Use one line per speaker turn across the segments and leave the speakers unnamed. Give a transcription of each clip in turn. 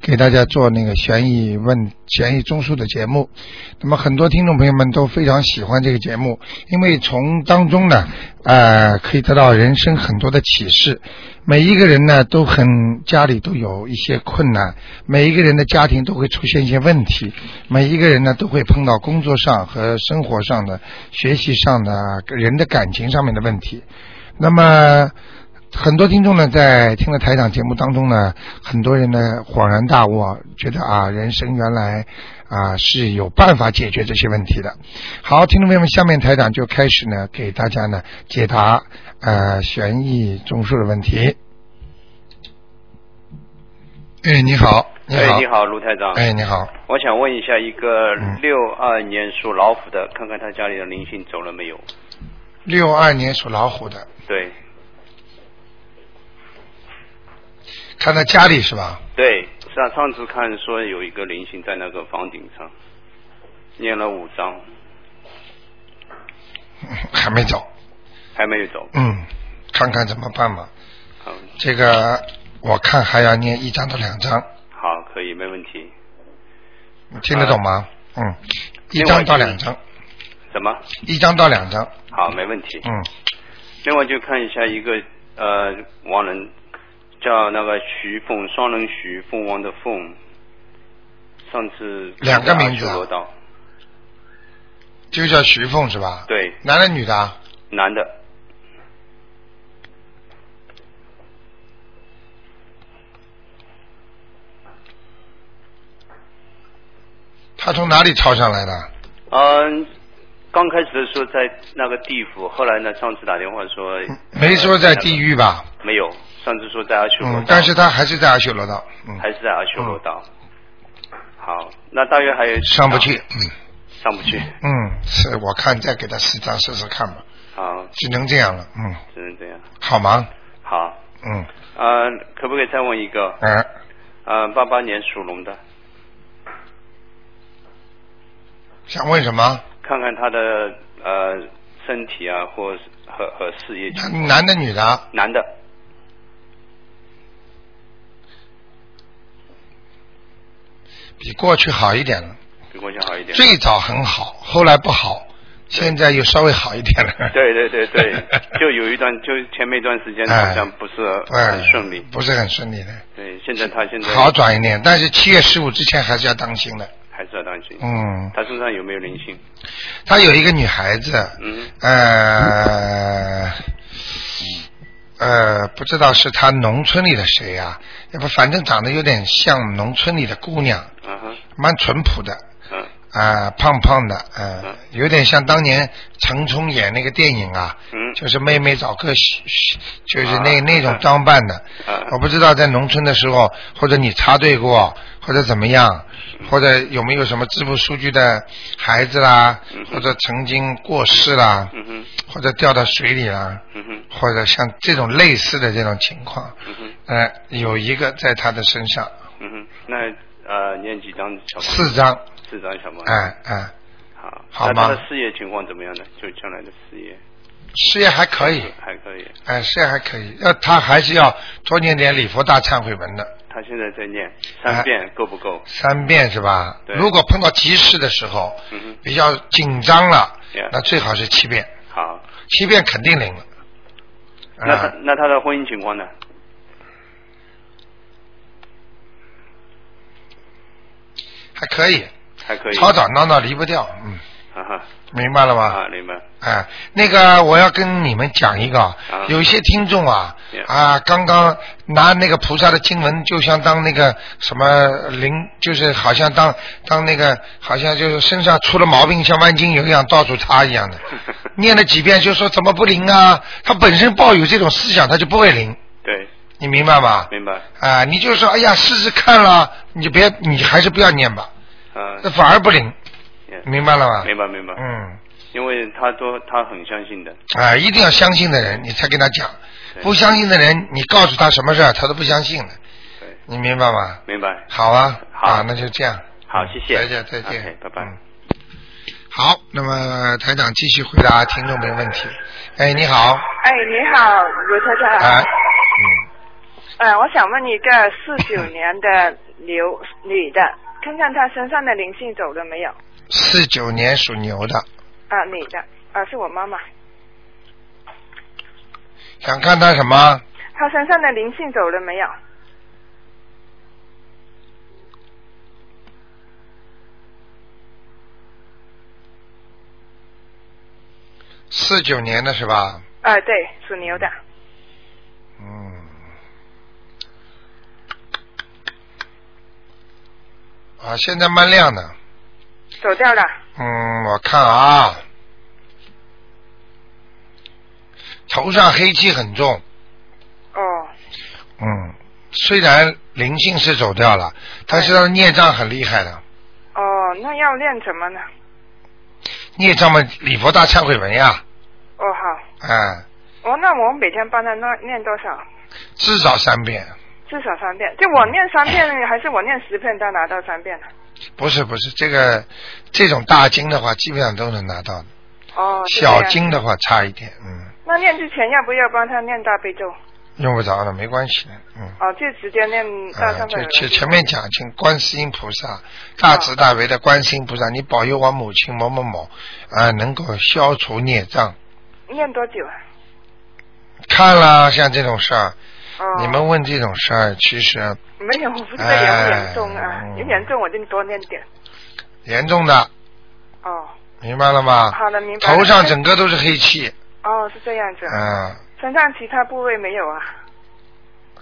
给大家做那个悬疑问悬疑综述的节目。那么很多听众朋友们都非常喜欢这个节目，因为从当中呢，呃，可以得到人生很多的启示。每一个人呢都很家里都有一些困难，每一个人的家庭都会出现一些问题，每一个人呢都会碰到工作上和生活上的、学习上的、人的感情上面的问题。那么。很多听众呢，在听了台长节目当中呢，很多人呢恍然大悟，啊，觉得啊，人生原来啊是有办法解决这些问题的。好，听众朋友们，下面台长就开始呢，给大家呢解答呃悬疑综述的问题。哎，你好，你好，
哎，你好，卢台长。
哎，你好，
我想问一下，一个
嗯
六二年属老虎的，看看他家里的灵性走了没有？
六二年属老虎的，
对，
看他家里是吧？
对，上上次看说有一个灵性在那个房顶上，念了五章，
还没走，
还没有走。
嗯，看看怎么办吧。
嗯，
这个我看还要念一张到两张。
好，可以，没问题。
你听得懂吗？嗯，一张到两张，
什么？
一张到两张，
好，没问题。
嗯，
另外就看一下一个呃亡人，叫那个徐凤，双人徐，凤凰的凤。上次
两个名字啊
罗道，
就叫徐凤是吧？，
对，
男的女的啊？
男的，
他从哪里抄上来的？
嗯，刚开始的时候在那个地府，后来呢，上次打电话说
没说在地狱吧？
没有，上次说在阿修罗道
嗯，，但是他还是在阿修罗道，嗯，
还是在阿修罗道。好，那大约还有
上不去，，嗯
上不去。
嗯，是我看再给他四张试试看吧，
好，
只能这样了，嗯，
只能这样。
好忙，
好，
嗯，
呃，可不可以再问一个？
呃，
呃，八八年属龙的，
想问什么？
看看他的呃身体啊，或是和和事业情况。
男的女的啊？
男的，
比过去好一点了，
比过去好一点。
最早很好，后来不好，现在又稍微好一点了。
对对对 对，就有一段，就前面一段时间好像 不是很顺利
哎。不是很顺利的，
对，现在他现在
好转一点，但是七月十五之前还是要当心的。
还是要当心。
嗯，
他身上有没有灵性？
她有一个女孩子，
嗯，
呃，呃，不知道是她农村里的谁啊，要不反正长得有点像农村里的姑娘，
嗯哼，
蛮淳朴的。
嗯，
啊、胖胖的，嗯、
嗯
有点像当年陈冲演那个电影啊，
嗯
就是妹妹找个西，西就是那、
啊
那种装扮的，
嗯
我不知道在农村的时候，或者你插队过，或者怎么样，
嗯
或者有没有什么支付数据的孩子啦，
嗯哼
或者曾经过世啦，
嗯哼，
或者掉到水里啦，
嗯哼，
或者像这种类似的这种情况，
嗯哼，
呃，有一个在他的身上
嗯哼。那呃，念几张小房？
四张，
四张小房。
哎、哎、
好。
好
那
吗
他的事业情况怎么样呢？就将来的事业
事业还可以。
还可以。
哎，是还可以，要他还是要多念点礼佛大忏悔文的，
他现在在念三遍，够不够？
三遍是吧？
对
如果碰到急事的时候，
嗯哼，
比较紧张了
Yeah，
那最好是七遍，
好。
七遍肯定灵了。
那
啊
他，那他的婚姻情况呢？
还可以，
还可以。
吵吵闹闹离不掉，嗯，
啊哈，
明白了吧？
啊，明白。
哎，那个我要跟你们讲一个啊，有一些听众啊
Yeah
啊，刚刚拿那个菩萨的经文，就像当那个什么灵，就是好像当当那个好像就是身上出了毛病，像万金油一样到处擦一 样的，念了几遍就说怎么不灵啊？他本身抱有这种思想，他就不会灵，
对，
你明白吗？
明白。
啊，你就说哎呀试试看啦，你就别你还是不要念吧，
嗯
那，反而不灵，
Yeah
明白了吗？
明白明白。
嗯。
因为他都他很相信的。
啊，一定要相信的人，你才跟他讲。
对
不相信的人，你告诉他什么事儿，他都不相信了。
对，
你明白吗？
明白。
好啊，
好
啊，那就这样。
好
嗯
谢谢
再见，再见
OK，，拜拜
嗯好，那么台长继续回答听众朋友问题。哎，你好，
啊
哎，你好，卢太太。哎
啊，
嗯，我想问一个四九年的牛女的，看看她身上的灵性走了没有？
四九年属牛的，
啊，女的，啊，是我妈妈，
想看他什么？
她身上的灵性走了没有？
四九年的是吧？
啊，对，属牛的，
嗯。啊，现在蛮亮的。
走掉了。
嗯，我看啊，头上黑气很重。
哦，
嗯，虽然灵性是走掉了，但是他的孽障很厉害的，
哦，那要练什么呢？
孽障嘛，礼佛大忏悔文呀，
哦，好，
嗯，
哦，那我每天帮她念念多少？
至少三遍。
至少三遍，就我念三遍，还是我念十遍，她拿到三遍呢？
不是不是，这个这种大经的话，基本上都能拿到的，
哦，是这样
小。经的话差一点，嗯，
那念之前要不要帮她念大悲咒？
用不着的，没关系的，嗯。
哦，就直接念大忏
嗯，
悔
就
文。
前前面讲请观世音菩萨，大慈大悲的观世音菩萨，你保佑我母亲某某某啊、能够消除孽障。
念多久啊？
看了像这种事儿，
哦，
你们问这种事儿，其实
没有，我不知道严不严重啊
哎，
有严重我就多念点。
严重的，
哦，
明白了吗？
好的，明白了。
啊头上整个都是黑气，
哦，是这样子
嗯、
啊，身上其他部位没有啊？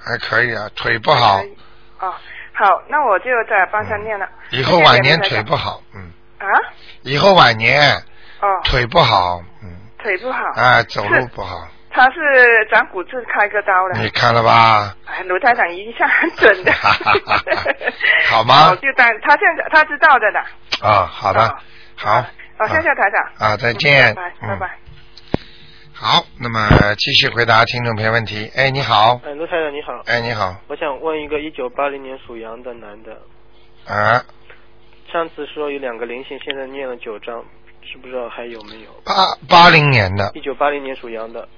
还可以啊，腿不好
可，以。哦，好，那我就再帮他念了。
嗯以后晚年腿不好，嗯，
啊？
以后晚年
哦，
腿不好，嗯，
腿不好。
啊、走路不 好，
他是长骨质开个刀的。
你看了吧？。
哎，卢台长一下很准的
好吗
我就当他现在他知道的了。
啊，好的，
哦
好，
哦，谢谢台长。
啊，再见，
嗯拜拜，
嗯
拜拜。
好，那么继续回答听众朋友问题。哎，你好，
哎，卢太太你好，
哎，你好，
我想问一个一九八零年属羊的男的，
啊，
上次说有两个灵性，现在念了九章，知不知道还有没有？
八八零年的
一九八零年属羊的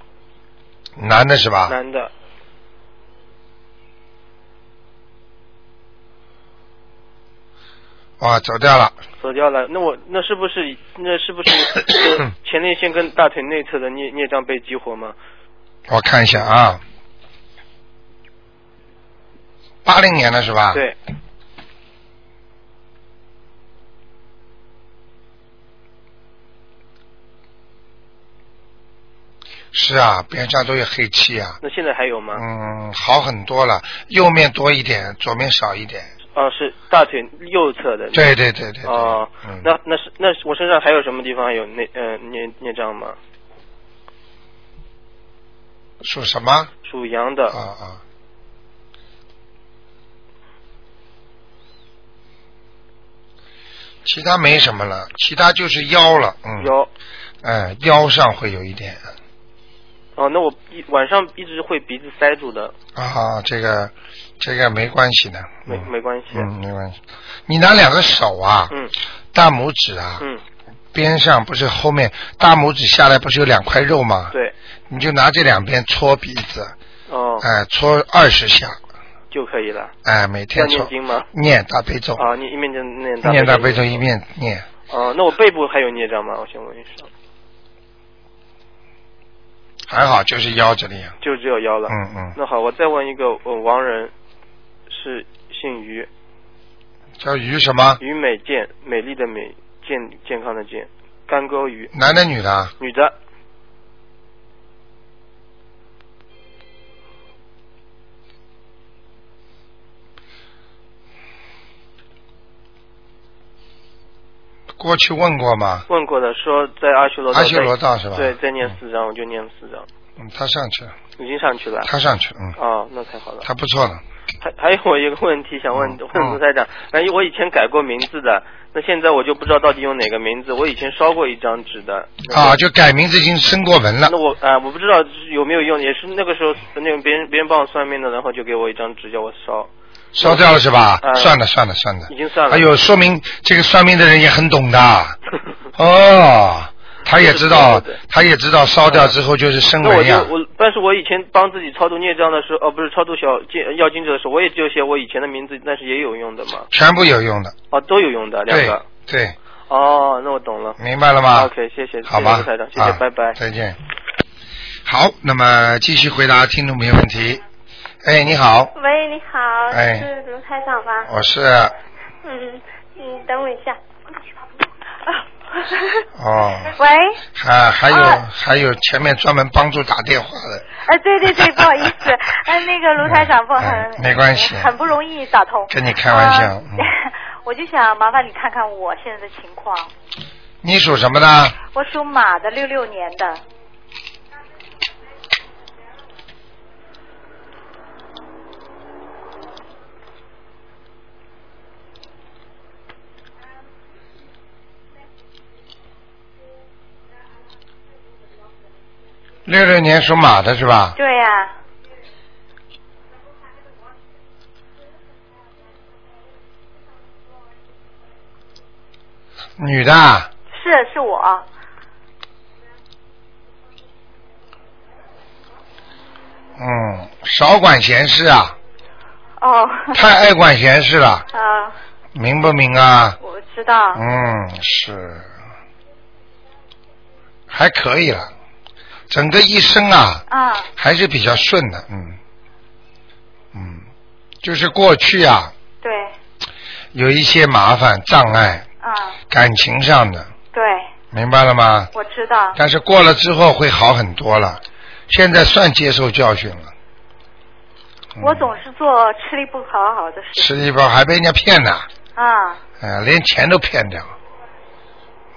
男的是吧？
男的，
哇，走掉了，
走掉了。那我那是不是那是不是 呃前列腺跟大腿内侧的孽孽障被激活吗？
我看一下啊，八零年的是吧？，
对，
是啊，边上都有黑气啊。
那现在还有吗？
嗯，好很多了，右面多一点，左面少一点。
啊，是大腿右侧的。
对对对对对。
哦、
嗯，
那那是那是我身上还有什么地方还有内呃孽孽障吗？
属什么？
属羊的
啊啊。其他没什么了，其他就是腰了，嗯，
腰。
哎，腰上会有一点
哦，那我一晚上一直会鼻子塞住的，
啊，这个这个没关系的，
没
嗯
没关系。
嗯，没关系。你拿两个手啊，
嗯
大拇指啊，
嗯，
边上不是后面大拇指下来不是有两块肉吗？
对，
你就拿这两边搓鼻子，
哦，
哎、搓二十下，
就可以了。
哎、每
要
天
念
搓，
经吗？
念大悲咒，
啊，念一面就念大
念大
悲
悲咒一。面念，
哦，那我背部还有孽障吗？我想问一下，
还好就是腰这里啊，
就只有腰了。
嗯嗯，
那好，我再问一个，呃，亡人是姓于，
叫鱼什么？
于美健，美丽的美，健健康的健，干沟鱼，
男的女的啊？
女的，
过去问过吗？
问过的，说在阿修罗道
阿修罗
再
道是吧？
对，再念四章，我就念四章，
嗯，他上去了，
已经上去了。
他上去了，嗯，
哦，那太啊好了。
他不错了，
还还有我一个问题想问
嗯
问卢台长，哎，我以前改过名字的，那现在我就不知道到底用哪个名字。我以前烧过一张纸的，
啊，就改名字已经升过文了
那，我啊、我不知道有没有用，也是那个时候那个别人别人帮我算命的，然后就给我一张纸叫我烧，
烧掉了是吧？
嗯
算了算了算了
已，经算了。
哎，呦，说明这个算命的人也很懂的，哦，他也知道，他也知道烧掉之后就是生
那我
人呀。
就我，但是我以前帮自己超度孽障的时候，哦，不是超度小戒要经者的时候，我也就写我以前的名字，但是也有用的嘛。
全部有用的，
哦，都有用的两
对
个。
对，
哦，那我懂了。
明白了吗
OK，谢谢，
好
谢谢
吧
卢台长，，谢
啊
谢，拜拜。
再见。好，那么继续回答听众朋友问题。哎，你好，
喂，你好，
哎
是卢台长吧？
我是
嗯，你等我一 下。啊
哦，
喂，
还还有、
哎啊
还有前面专门帮助打电话的，
哎，对对对，不好意思，哎，那个卢台长不很、
哎没关系
很不容易打通。
跟你开玩笑
啊
嗯
我就想麻烦你看看我现在的情况。
你属什么呢？
我属马的，六六年的，
啊六六年属马的是吧？
对呀、
女的啊，
是是我，
嗯，少管闲事啊，
哦，
太爱管闲事 了，
啊，
明不明啊？
我知道，
嗯，是，还可以了，整个一生啊
啊，
还是比较顺的，嗯，嗯，就是过去啊
对，
有一些麻烦障碍，
啊，
感情上的，
对，
明白了吗？
我知道，
但是过了之后会好很多了，现在算接受教训了。嗯
我总是做吃力不讨好的事
吃一包还被人家骗呢，
啊，
哎、连钱都骗掉。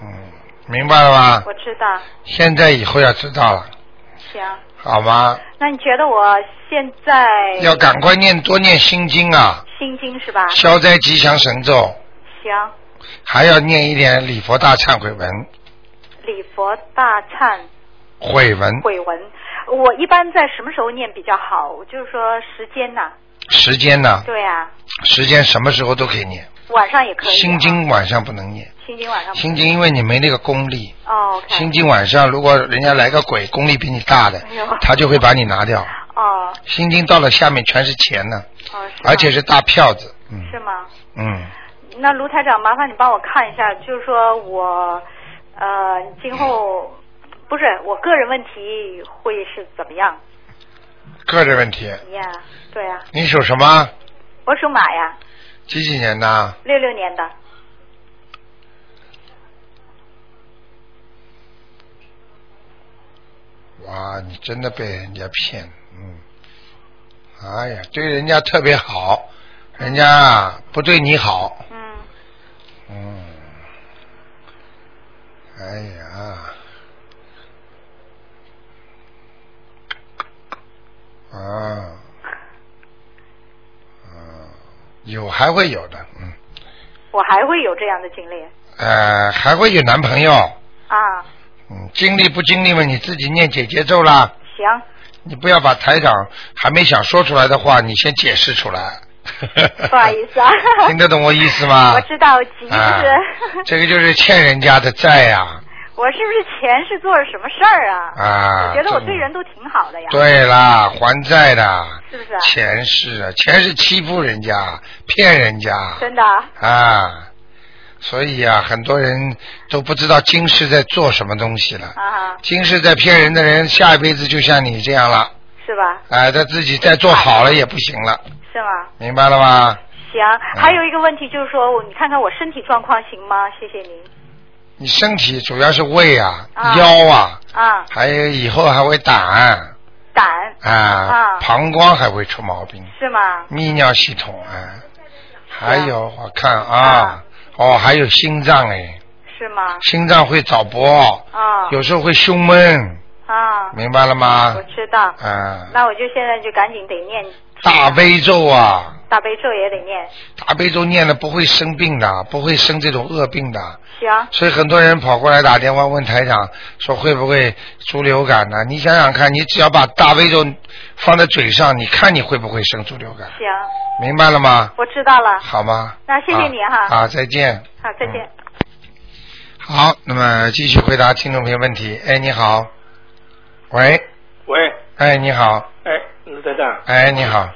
嗯，明白了吧？
我知道，
现在以后要知道了，
行。
好吗？
那你觉得我现在
要赶快念多念心经啊，
心经是吧？
消灾吉祥神咒，
行，
还要念一点礼佛大忏悔文，
礼佛大忏
悔文
悔文，我一般在什么时候念比较好？就是说时间呐、
时间呢？
对啊，
时间什么时候都可以念，
晚上也可以、啊。
心，经晚上不能念。
心经晚上不
心经因为你没那个功力，
哦，OK，
心经晚上如果人家来个鬼，功力比你大的
哎呦，
他就会把你拿掉。
哦
心经到了下面全是钱呢，
哦，是吗
而且是大票子。嗯
是吗？
嗯，
那卢台长，麻烦你帮我看一下，就是说我呃今后不是我个人问题会是怎么样
个人问题。
呀对啊，
你属什么？
我属马呀，
几几年的？
六六年的。
哇，你真的被人家骗。嗯，哎呀，对人家特别好，人家啊不对你好。
嗯，
嗯，哎呀，啊，啊，嗯有还会有的，嗯，
我还会有这样的经历
呃，还会有男朋友，
啊。
嗯，经历不经历嘛，你自己念姐姐咒啦，
行，
你不要把台长还没想说出来的话，你先解释出来。，
不好意思啊
听得懂我意思吗？
我知道我急是、
啊， 这个就是欠人家的债呀、
我是不是前世做了什么事儿啊？
啊，
我觉得我
这
对人都挺好的呀，
对啦，还债的，
是不是啊？
前世啊，前世欺负人家，骗人家
真的啊
啊，所以啊，很多人都不知道今世在做什么东西了。
啊，
今世在骗人的人，下一辈子就像你这样了，
是吧？
哎、他自己再做好了也不行了，
是吗？
明白了吗？
行，
嗯
还有一个问题就是说，我你看看我身体状况行吗？谢谢您
你身体主要是胃啊、
啊
腰啊，
啊，
还有以后还会胆
胆
啊、
啊
膀胱还会出毛病。
是吗？
泌尿系统啊，还
啊
有我看啊，
啊
哦，还有心脏哎，
是吗？
心脏会早搏，
啊
有时候会胸闷，
啊，
明白了吗
我？知道，
啊，
那我就现在就赶紧得念
大悲咒啊，
大悲咒也得念，
大悲咒念了不会生病的，不会生这种恶病的。
行，
所以很多人跑过来打电话问台长，说会不会猪流感呢？你想想看，你只要把大悲咒放在嘴上，你看你会不会生猪流感？
行，
明白了吗？嗯
我知道了。
好吗？
那谢谢你哈
啊，啊再见。
好，再见。
好，那么继续回答听众朋友问题。哎，你好，喂，
喂，
哎，你好，
哎，卢台长，
哎，你好，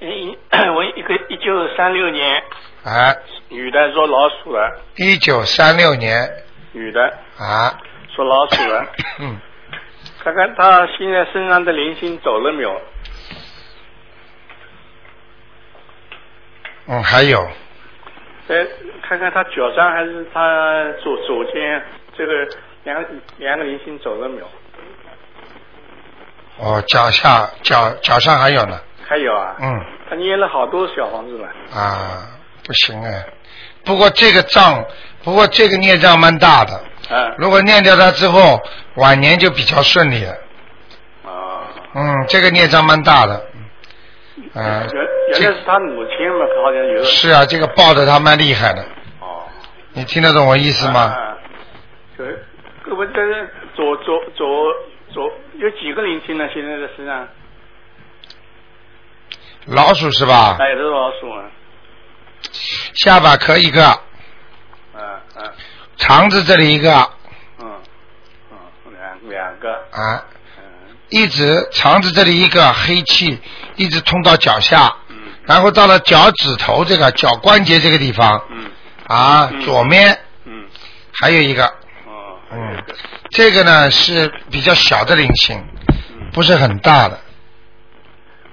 一 我一个一九三六年
啊，
女的说老鼠了，
一九三六年
女的
啊，
说老鼠了，
嗯，
看看她现在身上的灵性走了没有？
嗯，还有，
哎，看看她脚上还是她左左肩这个两个两个灵性走了没有？
哦，脚下脚脚上还有呢，
还有啊，
嗯。
她捏了好多小房子了，
啊，不行哎。不过这个账，不过这个孽障蛮大的。
啊
如果念掉它之后，晚年就比较顺利了。
啊，
嗯，这个孽障蛮大的。嗯，
原原来是她母亲嘛，好像有
是啊，这个抱着他蛮厉害的。
哦。
你听得懂我意思吗？
啊、就是，胳膊这是左左左左有几个灵性呢？现在在身上，
老鼠是吧？
哎，都是老鼠啊，
下巴壳一个，
嗯嗯
肠子这里一个
嗯嗯，两两个，
啊，
嗯
一直肠子这里一个黑气，一直通到脚下，
嗯
然后到了脚趾头这个脚关节这个地方
嗯
啊，
嗯
左面
嗯，
还有一个，
哦，还有一
嗯
个，
这个呢是比较小的灵性，
嗯，
不是很大的。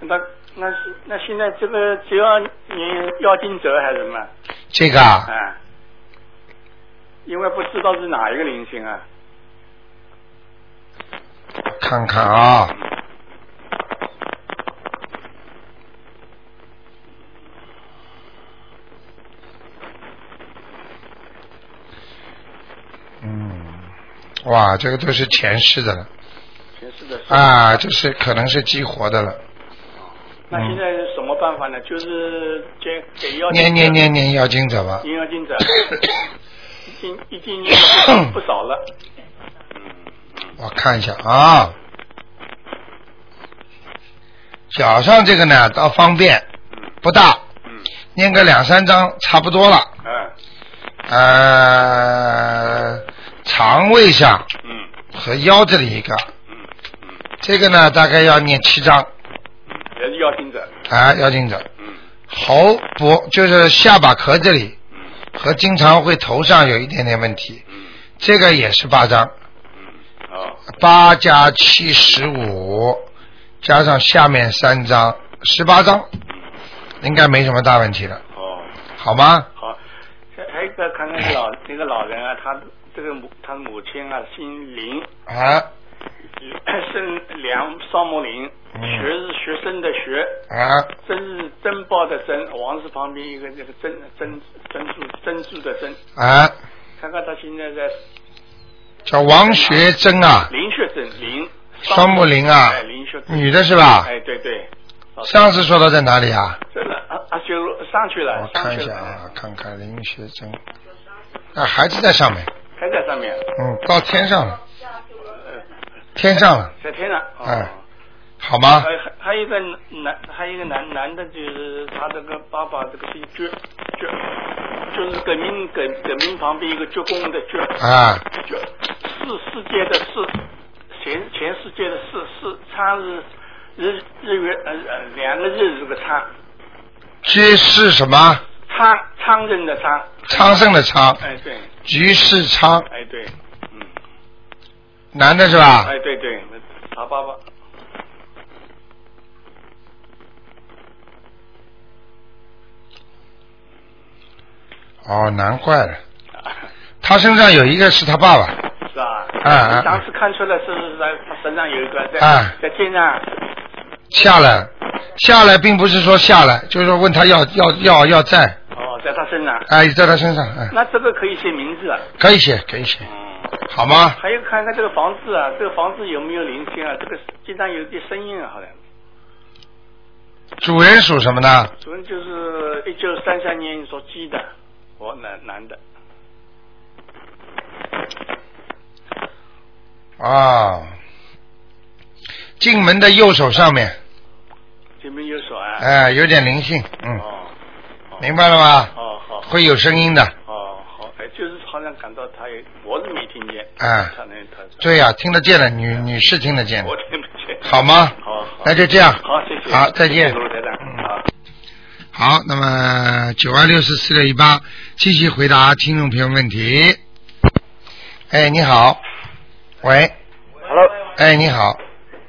那那是那现在这个只要你要定者还是什么
这个啊，
啊？因为不知道是哪一个灵性啊，
看看啊，嗯，哇，这个都是前世的了
前世的事。
啊，就是可能是激活的了。
那
嗯
现在是什么办法呢？就是给给要
念
定者
念念念要经者吧，
阴阳 镜子，已经已经念了不少了。
我看一下啊。脚上这个呢倒方便，不大，
嗯
念个两三张差不多了。
嗯
呃，肠胃上
嗯
和腰这里一个，
嗯嗯
这个呢大概要念七张
嗯，也是要听者。
啊，要经者。
嗯
喉脖就是下巴壳这里
嗯
和经常会头上有一点点问题，
嗯
这个也是八张，
嗯，哦
八加七十五，加上下面三张，十八张，应该没什么大问题了，
哦，
好吗？
好。还还有一个看看老这个老人啊，他这个母他母亲啊，姓 林，
啊
哎生梁双木林，
嗯
学是学生的学，
啊，
珍是珍宝的珍，王是旁边一个这个珍珍珍珠珍珠的珍，
啊，
看看他现在在
叫王学珍啊，
林学珍林。
双木林啊
哎，林学，珍。
女的是吧？
哎，对对，老师
上次说到在哪里啊？
真的啊啊，就上去了，
我
上
看
去
一
了
下啊，，看看林学珍，啊，还是在上面，
还在上面，
嗯，到天上了，
呃，
天上了，
在天上。哦
哎好吗？
还还还有一个男，还有一个男男的，就是他这个爸爸这个姓鞠，鞠就是革命革革命旁边一个鞠躬的鞠，
啊，
鞠世世界的世，全全世界的世世昌日日日月呃呃两个日这个昌
居是什么？
昌昌人的昌，
昌盛的昌，
哎对
菊是昌，
哎对，嗯
男的是吧？
哎对对，他爸爸。
哦，难怪了，
是
他身上有一个是他爸爸，
吧？
啊啊
你上次看出来是在他身上有一个在、
啊
在肩上，
下来，下来并不是说下来，就是说问他要要要要债，
哦，在他身上。
哎，在他身上，哎，
那这个可以写名字啊。
可以写，可以写，好吗？
还有看看这个房子啊，这个房子有没有灵性啊？这个经常有一点声音啊，好像。
主人属什么呢？
主任就是一九三三年所鸡的，我男男的。
啊，进门的右手上面，
前面有手啊。
哎，有点灵性，嗯，
哦。哦
明白了吗？
哦好。
会有声音的，
哦好，哎，就是好像感到他也，我是没听见。
啊
他那他
对呀、听得见的，女女士听得见的
我，听不见。
好吗？
好好
那就这样。
好，谢谢。
好，再见。
谢谢卢台长。好。
好，那么九二六四四六一八继续回答听众朋友问题。哎，你好，喂，
Hello，
哎，你好，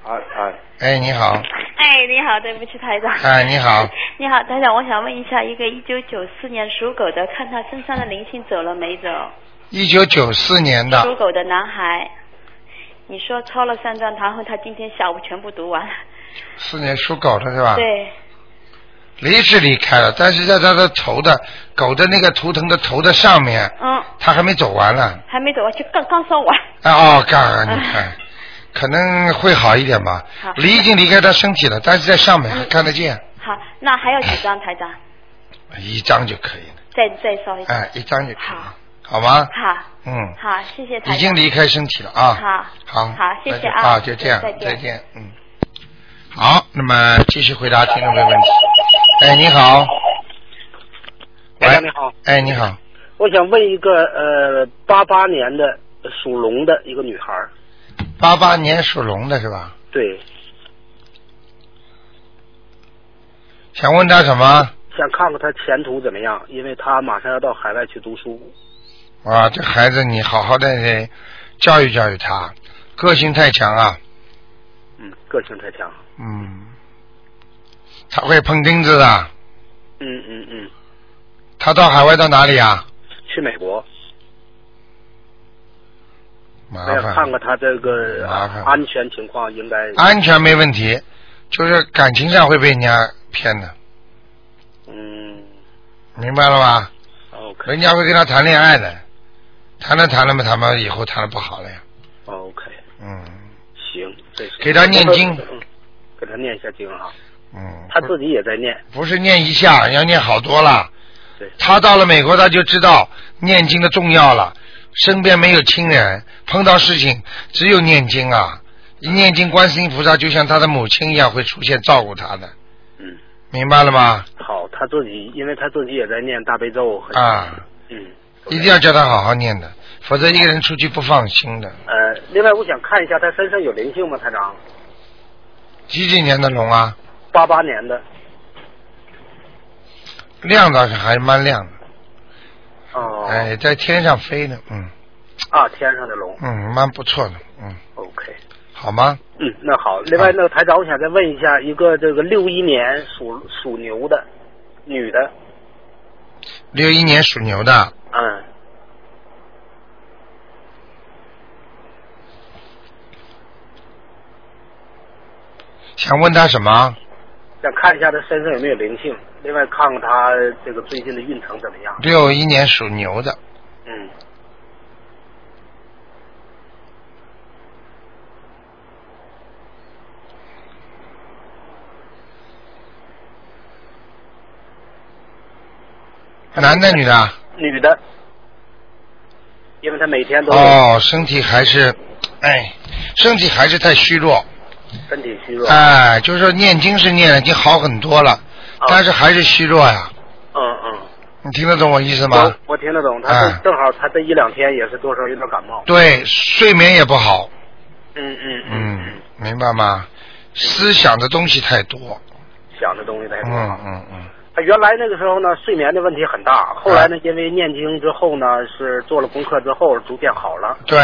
啊啊，
哎，你好，
哎，你好，对不起，台长。
哎，你好，
你好，台长，我想问一下，一个一九九四年属狗的，看他身上的灵性走了没走？
一九九四年
属
的，
狗的男孩，你说抄了三张，然后他今天下午全部读完了。
四年属狗的是吧？
对，
离是离开了，但是在他的头的狗的那个图腾的头的上面，
嗯，
他还没走完呢。
还没走完，就刚刚烧完。
哎哦，干啊，你
哎
看，可能会好一点吧
好。嗯
离已经离开他身体了，但是在上面还看得见，
好，那还有几张，
哎
台长？
一张就可以了，
再再烧一张。
哎，一张就可以了好
好，
吗？
好，
嗯，
好，谢谢台长。
已经离开身体了啊。
好
好，
好谢谢
那就
啊
啊，就这样，
再见
嗯。好，那么继续回答听众朋友问题。哎，你好。
台
喂
长你，好，
哎，你好，
我想问一个呃八八年的属龙的一个女孩儿，
八八年属龙的是吧？
对，
想问他什么？
想看看她前途怎么样，因为她马上要到海外去读书。
哇，啊这孩子你好好的教育教育他，个性太强啊，
嗯，个性太强。
嗯，他会碰钉子的。
嗯嗯嗯，
他到海外到哪里啊？
去美国，
麻
我想
烦，
看看她这个啊
麻烦
安全情况，应该
安全没问题，就是感情上会被人家骗的，
嗯
明白了吧？
，OK
人家会跟他谈恋爱的，谈了谈了嘛，他们以后谈的不好了呀。
OK，
嗯
行，这是
给她念经
嗯给她念一下经啊，
嗯，
她自己也在念，
不是念一下，要念好多了
对。
他到了美国，他就知道念经的重要了。身边没有亲人，碰到事情只有念经啊！
嗯
一念经，观世音菩萨就像他的母亲一样会出现照顾他的，
嗯，
明白了吗？
好，她自己因为她自己也在念大悲咒，很，
啊，
嗯，
一定要叫他好好念的，否则一个人出去不放心的。
呃，另外我想看一下她身上有灵性吗，台长？
几几年的龙啊，
八八年的，
亮倒是还蛮亮的，
哦，
哎，在天上飞呢，嗯
啊，天上的龙
嗯，蛮不错的，嗯，
，OK，
好吗？
嗯，那好。另外，那个台长，我想再问一下，一个这个六一年属属牛的女的，
六一年属牛的，
嗯，
想问他什么？
想看一下她身上有没有灵性，另外看看她这个最近的运程怎么样。
六一年属牛的，
嗯，
男的女的？
女的，因为她每天都有
哦，身体还是，哎，身体还是太虚弱，
身体虚弱，
哎，就是说念经是念了，已经好很多了，
啊
但是还是虚弱呀。
嗯嗯，
你听得懂我意思吗
我？我听得懂，她
哎
这正好她这一两天也是多少有点感冒。
对，睡眠也不好，
嗯嗯
嗯，明白吗？思想的东西太多，
想的东西太多。
嗯嗯嗯，
他呃原来那个时候呢，睡眠的问题很大。后
啊
来呢，因为念经之后呢，是做了功课之后，逐渐好了。
对，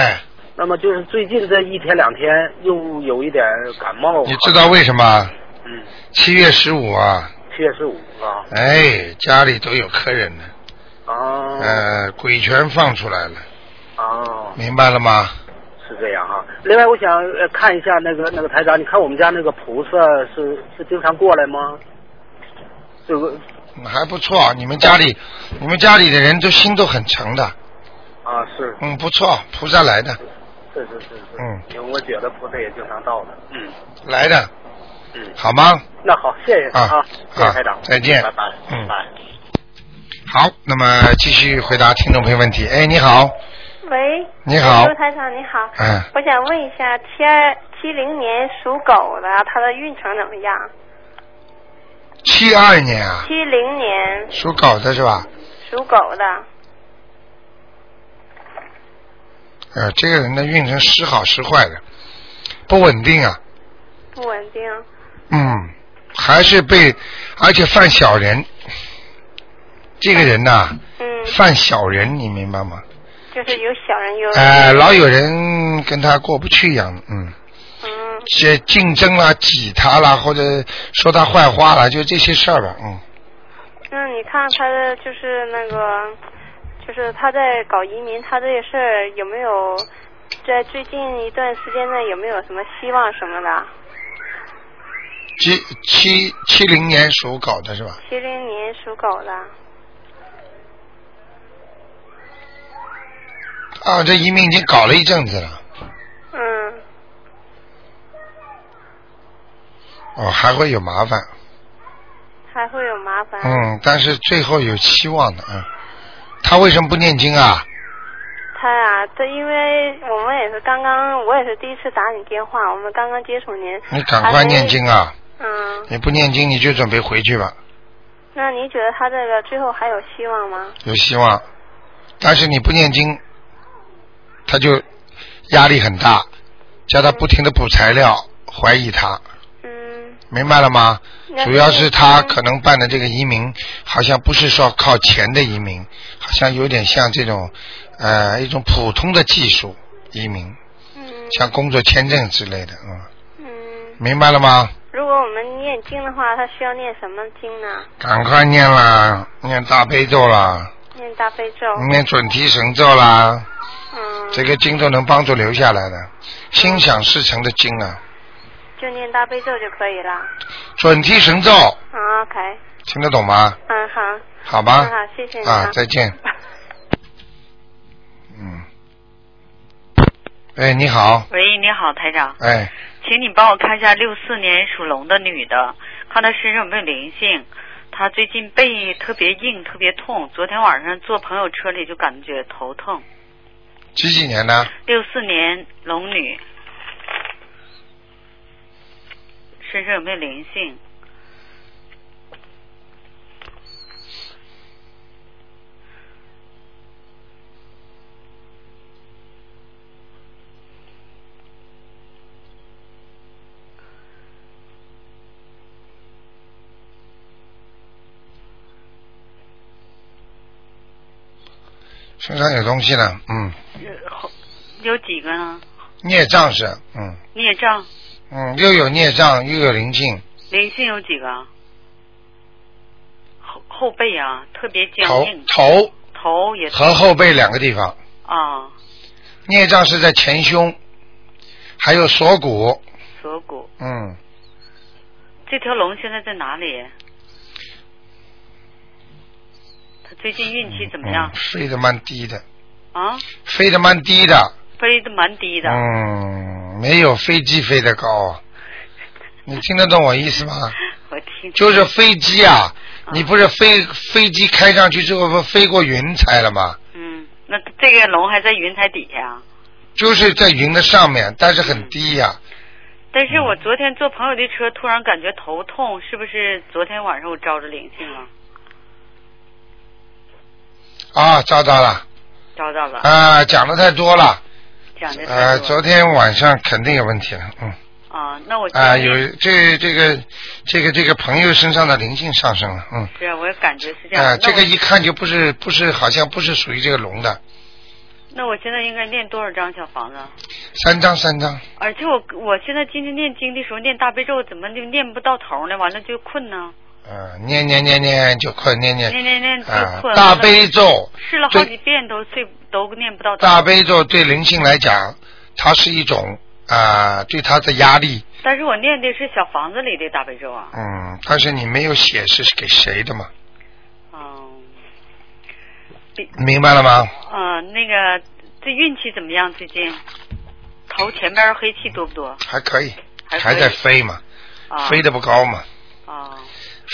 那么就是最近这一天两天又有一点感冒。
你知道为什么？
嗯，
七月十五啊，
七月十五啊
哎，家里都有客人呢，
啊
呃，鬼全放出来了，
啊，
明白了吗？
是这样哈、啊另外，我想呃看一下那个那个台长，你看我们家那个菩萨是是经常过来吗？这个
嗯还不错，你们家里，你们家里的人都心都很诚的，
啊，是
嗯，不错，菩萨来的，
是是是是，
嗯，
因为我觉得菩萨也经常到的。嗯
来的，
嗯，
好吗？
那好，谢谢
啊
谢谢
啊
台长，
再见
拜拜，
嗯
拜。
好，那么继续回答听众朋友问题。哎，你好，
喂，
你好
刘台长你好，
嗯，
我想问一下，七二七零年属狗的，它的运程怎么样？
七二年啊，
七零年
属狗的是吧？
属狗的，
呃，这个人的运程时好时坏的，不稳定啊，
不稳定。
嗯，还是被，而且犯小人。这个人呐、
嗯，
犯小人，你明白吗？
就是有小人有。
哎、老有人跟他过不去一样，嗯，
嗯
些竞争啦、挤他啦，或者说他坏话啦，就这些事儿吧，嗯。
那你看他的就是那个，就是他在搞移民，他这个事儿有没有在最近一段时间内有没有什么希望什么的？
七七七零年属狗的是吧？
七零年属狗的，
啊，这移民已经搞了一阵子了，
嗯，
哦，还会有麻烦，
还会有麻烦。
嗯，但是最后有希望的，嗯。他为什么不念经啊？
他呀、这因为我们也是刚刚，我也是第一次打你电话，我们刚刚接触您。
你哎赶快念经啊！
还没。嗯，
你不念经你就准备回去吧，
那您觉得他这个最后还有希望吗？
有希望。但是你不念经，他就压力很大，叫他不停的补材料，怀疑他，
嗯，
明白了吗？
那
主要是他
嗯
可能办的这个移民，好像不是说靠钱的移民，好像有点像这种呃一种普通的技术移民，
嗯
像工作签证之类的，嗯，
嗯，
明白了吗？
如果我们念经的话，他需要念什么经呢？
赶快念啦，念大悲咒啦，
念大悲咒。
念准提神咒啦，
嗯，
这个经都能帮助留下来的，心想事成的经啊，
就念大悲咒就可以了。
准提神咒
嗯，OK，
听得懂吗？
嗯好，
好吧，
嗯好，谢谢你
啊，再见。嗯，哎，你好，
喂，你好，台长，
哎，
请你帮我看一下六四年属龙的女的，看她身上有没有灵性。她最近背特别硬，特别痛。昨天晚上坐朋友车里就感觉头疼。
几几年的？
六四年龙女，身上有没有灵性？
身上有东西呢，嗯，
呃后有几个呢？
孽障是，嗯
孽障
嗯，又有孽障，又有灵性，
灵性有几个？后后背啊，特别僵
头
硬，
头
头也
和后背两个地方，
啊，
孽障是在前胸，还有锁骨，
锁骨。
嗯，
这条龙现在在哪里？他最近运气怎么样
嗯，、飞得蛮低的，
啊？
飞得蛮低的，
飞得蛮低的。
嗯，没有飞机飞得高啊，你听得懂我意思吗？
我听。嗯
就是飞机啊，你不是飞飞机开上去之后不飞过云彩了吗？
嗯，那这个龙还在云彩底下。
就是在云的上面，但是很低呀、
但
嗯
是我昨天坐朋友的车，突然感觉头痛，是不是昨天晚上我招着灵性了？
啊。找到了
招到了。
啊，讲的太多了，
讲的
呃，昨天晚上肯定有问题了，嗯，
啊，那我今
啊，
天
有这这个这个这个朋友身上的灵性上升了，嗯，
是啊，我也感觉是这样。
啊，
那
这
我
个一看就不是不是，好像不是属于这个龙的，
那我现在应该念多少张小房子？
三张三张，
而且我我现在今天念经的时候念大悲咒，怎么就念不到头呢？完了就困呢？
啊，念念念念就快念念
念念念就
啊
困，了
大悲咒，
试了好几遍都睡都念不到头。
大悲咒对灵性来讲，它是一种啊、对它的压力，
但是我念的是小房子里的大悲咒啊。
嗯，但是你没有写是给谁的嘛，
嗯。
明白了吗？
呃，那个这运气怎么样？最近头前边黑气多不多？
还可以，
还可以
在飞嘛，
啊，
飞得不高嘛，
啊，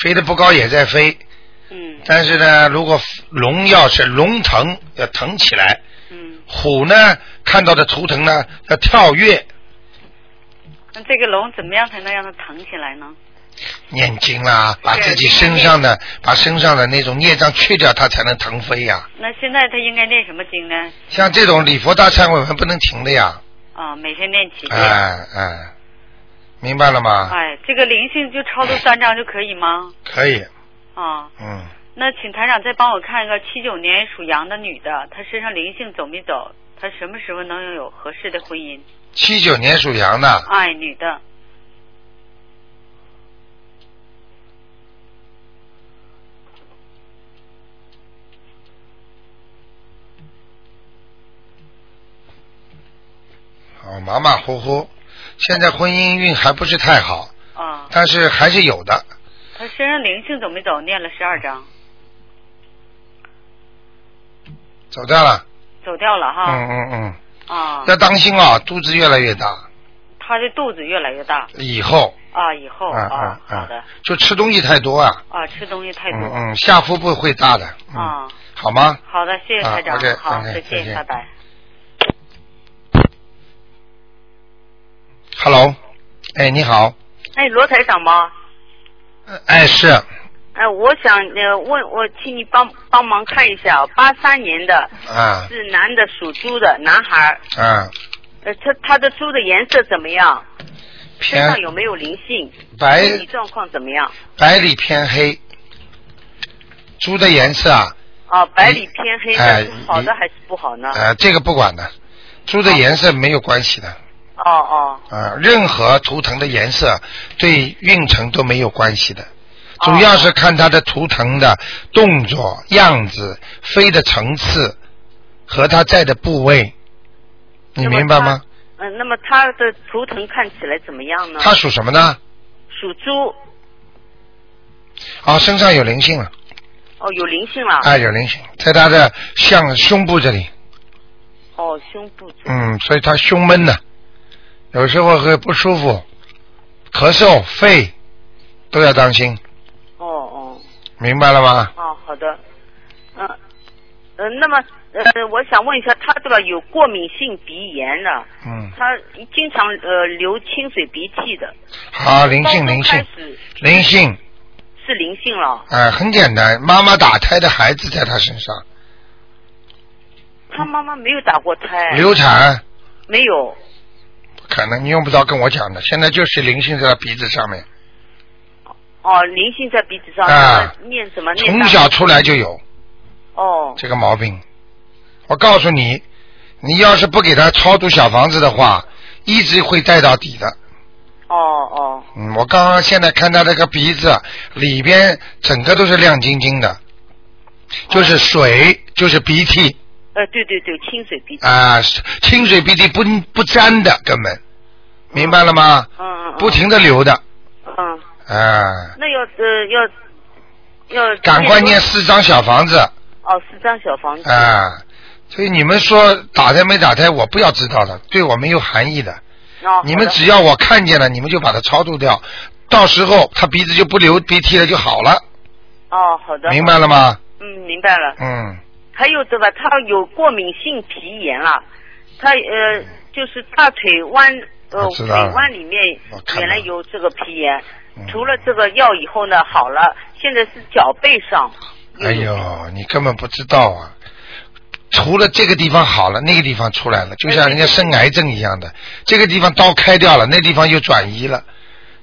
飞得不高也在飞，
嗯，
但是呢，如果龙要是龙腾要腾起来，
嗯，
虎呢看到的图腾呢要跳跃，
那这个龙怎么样才能让它腾起来呢？
念经啦，把自己身上的把身上的那种孽障去掉，它才能腾飞呀、
那现在他应该念什么经呢？
像这种礼佛大忏悔文不能停的呀，
啊，每天念七遍。
哎哎，明白了吗？
哎，这个灵性就超度三张就可以吗？
可以，
啊，
嗯，
那请台长再帮我看一个七九年属羊的女的，她身上灵性走没走？她什么时候能有合适的婚姻？
七九年属羊的，
哎，女的，
哦，马马虎虎，现在婚姻运还不是太好，
啊，
但是还是有的，
她身上灵性走没走？念了十二章，
走掉了，
走掉了哈。
嗯嗯嗯，
啊，
要当心啊，肚子越来越大，
她的肚子越来越大。
以后，
啊，以后
嗯
啊
嗯，
好的
嗯，，就吃东西太多啊，
啊，吃东西太
嗯
多。
嗯，下腹部会大的，嗯，
啊，
好吗？
好的，谢谢
啊
台长
，OK，，
好，
OK，
再
再见
见，拜拜。
Hello，哎，你好，
哎，罗台长吗？
哎，是
哎，我想呃问，我请你帮帮忙看一下，啊八三年的
啊
是男的，属猪的男孩，
啊，
呃，他他的猪的颜色怎么样？身
偏
上有没有灵性？
白
身体状况怎么样？
白里偏黑，猪的颜色啊，
啊，白里偏黑
哎
的，是好的还是不好呢？
呃，这个不管的，猪的颜色没有关系的，
哦哦，
啊、任何图腾的颜色对运程都没有关系的，主要是看它的图腾的动作、样子、飞的层次和它在的部位，你明白吗？
嗯、那么他的图腾看起来怎么样呢？
它属什么呢？
属猪，
啊，身上有灵性了，
哦，有灵性了。
啊，有灵性，在它的像胸部这里，
哦，胸部
嗯，所以它胸闷呢，有时候会不舒服，咳嗽、肺都要当心，
哦哦
明白了吗？
哦，好的，嗯、呃，那么呃，我想问一下，他这个有过敏性鼻炎的，
嗯，
他经常呃流清水鼻涕的，
好，啊灵性
高中
灵
开
性
始
灵性。
是灵性了。
哎、很简单，妈妈打胎的孩子在他身上
他妈妈没有打过胎，
流产，
没有
不可能你用不着跟我讲的，现在就是灵性在他鼻子上面，
哦，灵性在鼻子上，
啊
那么念什么？念
从
大
小出来就有
哦
这个毛病。我告诉你，你要是不给他超度小房子的话，一直会带到底的。
哦哦
嗯，我刚刚现在看他这个鼻子里边整个都是亮晶晶的，
哦
就是水，就是鼻涕
呃，对对对，清水鼻涕，
啊、清水鼻涕不不沾的，根本明白了吗？
嗯嗯，
不停的流的
嗯，
啊。
那要呃要要
赶快念四张小房子啊、
哦，四张小房子，
啊所以你们说打胎没打胎，我不要知道的，对我没有含义的。
哦，
你们
好的
只要我看见了，你们就把它超度掉，到时候他鼻子就不流鼻涕了就好了，
哦，好的，
明白了吗？
嗯，明白了。
嗯，
还有这个，他有过敏性皮炎了，他呃，就是大腿弯呃
我知
腿
道了
弯里面
我看到嗯
原来
了
有这个皮炎，除了这个药以后呢好了，现在是脚背上，
哎呦，你根本不知道啊。除了这个地方好了，那个地方出来了，就像人家生癌症一样的，这个地方刀开掉了，那地方又转移了，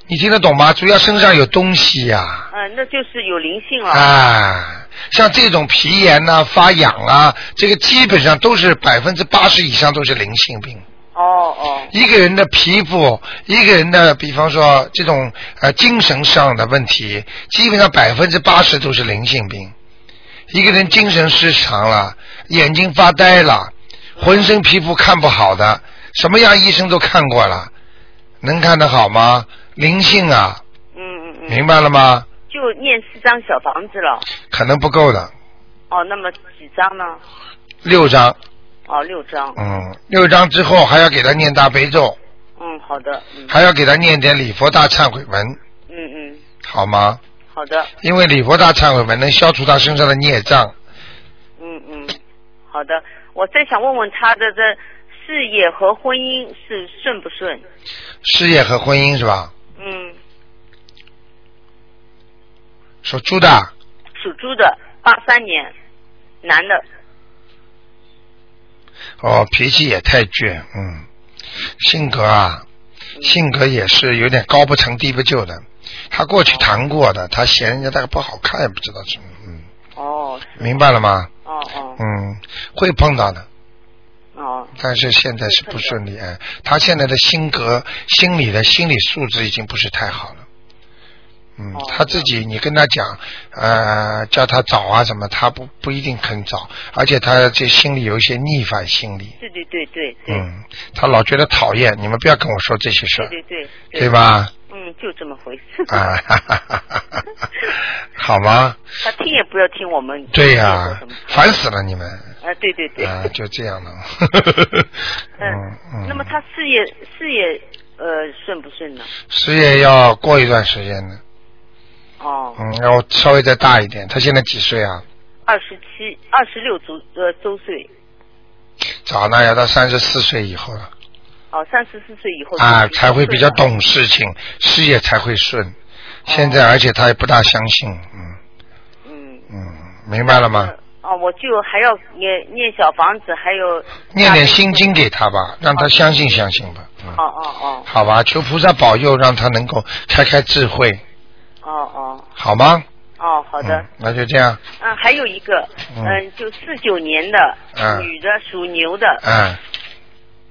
你听得懂吗？主要身上有东西呀、
呃，那就是有灵性了。
啊，像这种皮炎呐、发痒啊，这个基本上都是百分之八十以上都是灵性病。
哦哦
一个人的皮肤，一个人的，比方说这种呃精神上的问题，基本上百分之八十都是灵性病。一个人精神失常了，眼睛发呆了，浑身皮肤看不好的，什么样医生都看过了，能看得好吗？灵性啊，
嗯嗯嗯，
明白了吗？
就念四张小房子了。
可能不够的，
哦，那么几张呢？
六张。
哦，六张。
嗯，六章之后还要给他念大悲咒，
嗯，好的，嗯
还要给他念点礼佛大忏悔文，
嗯嗯，
好吗？
好的，
因为礼佛大忏悔文能消除他身上的孽障。
嗯嗯，好的。我再想问问他的这事业和婚姻是顺不顺？
事业和婚姻是吧？
嗯，
属猪的，
属猪的，八三年，男的，
哦，脾气也太倔，嗯，性格啊，性格也是有点高不成低不就的。他过去谈过的，他嫌人家那个不好看，也不知道什么，嗯，
哦，
明白了吗？
哦哦
嗯，会碰到的，
哦，
但是现在是不顺利。哎，他现在的性格、心理的心理素质已经不是太好了。
哦
嗯，他自己你跟他讲，呃，叫他找啊什么，他不不一定肯找，而且他这心里有一些逆反心理，
对对对对对，
嗯，他老觉得讨厌。你们不要跟我说这些事儿
对，对对，
对吧？
嗯，就这么回事。
啊， 哈哈哈哈哈好吗？
他听也不要听我们。
对呀、烦死了你们
啊，对对对。
啊，就这样了。 嗯嗯，
那么他事业事业呃顺不顺呢？
事业要过一段时间的，
哦，
嗯，要稍微再大一点。他现在几岁啊？
二十七二十六周呃周岁，
早呢，要到三十四岁以后了
哦，三十四岁哦以后
啊，才会比较懂事情，事业才会顺。现在，而且他也不大相信，嗯
嗯
嗯，明白了吗？
哦，我就还要念念小房子，还有
念点心经给他吧，让他相信相信吧，嗯，
哦哦哦
好吧，求菩萨保佑，让他能够开开智慧，
哦哦
好吗？
哦，好的
嗯，，那就这样，
嗯，还有一个，
嗯
嗯，就四九年的
嗯
女的属牛的，
嗯，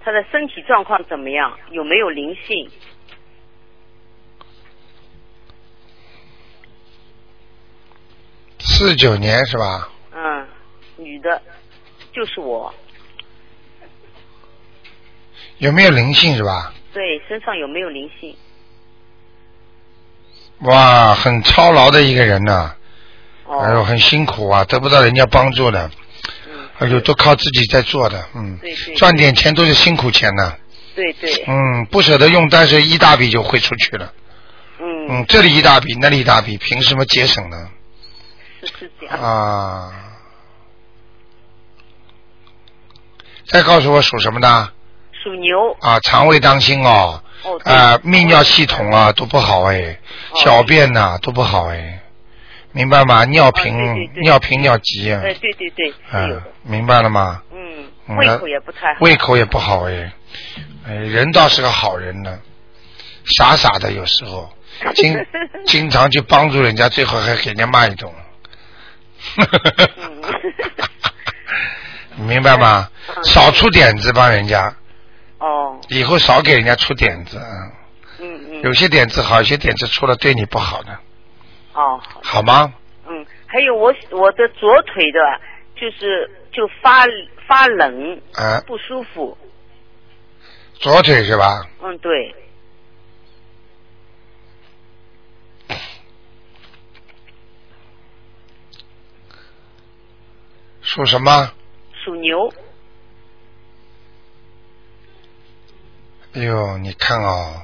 她的身体状况怎么样？有没有灵性？
四九年是吧？
嗯，女的，就是我，
有没有灵性是吧？
对，身上有没有灵性？
哇，很操劳的一个人呐、
哦
哎呦，很辛苦啊，得不到人家帮助的，哎呦，都靠自己在做的，嗯，
嗯对对
赚点钱都是辛苦钱呐、
对对，
嗯，不舍得用，但是一大笔就挥出去了，
嗯
嗯，这里一大笔，那里一大笔，凭什么节省呢？
是是这样。
啊，再告诉我属什么的？
属牛。
啊，肠胃当心哦，
哦，对哦
啊，泌尿系统啊都不好哎，小便呐、都不好哎，明白吗？尿频、
哦对对对
尿频尿急啊，
呃，对对对，
啊
是有的。
明白了吗？
嗯，
嗯
胃口也不太好。
胃口也不好哎，哎，人倒是个好人呢，傻傻的有时候， 经经常去帮助人家，最后还给人家骂一顿。
嗯
你 明白吗？
嗯
少出点子帮人家，
哦，
以后少给人家出点子。嗯
嗯嗯。
有些点子好，有些点子出了对你不好的，
哦，
好吗？
嗯，还有我我的左腿的，就是就发发冷，
啊，
不舒服。
左腿是吧？
嗯，对，
属什么？
属牛。
哎呦，你看哦，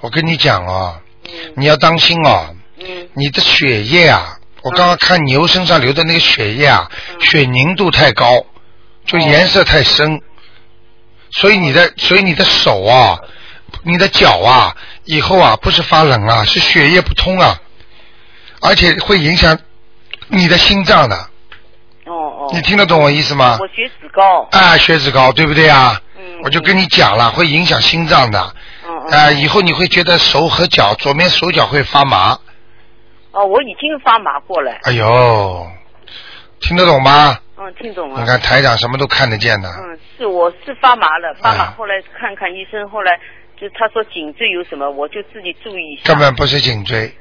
我跟你讲哦，你要当心哦，你的血液啊，我刚刚看牛身上流的那个血液啊，血凝度太高，就颜色太深，所以你的所以你的手啊，你的脚啊，以后啊不是发冷啊，是血液不通啊，而且会影响你的心脏的。
哦哦。
你听得懂我意思吗
我血脂高。
啊，血脂高，对不对啊？我就跟你讲了，会影响心脏的。
嗯
啊，以后你会觉得手和脚，左面手脚会发麻。
哦，我已经发麻过了。
哎呦，听得懂吗？
嗯，听懂了。
你看台长什么都看得见的。
嗯，是我是发麻了，发麻
哎
后来看看医生，后来就他说颈椎有什么，我就自己注意一下。
根本不是颈椎。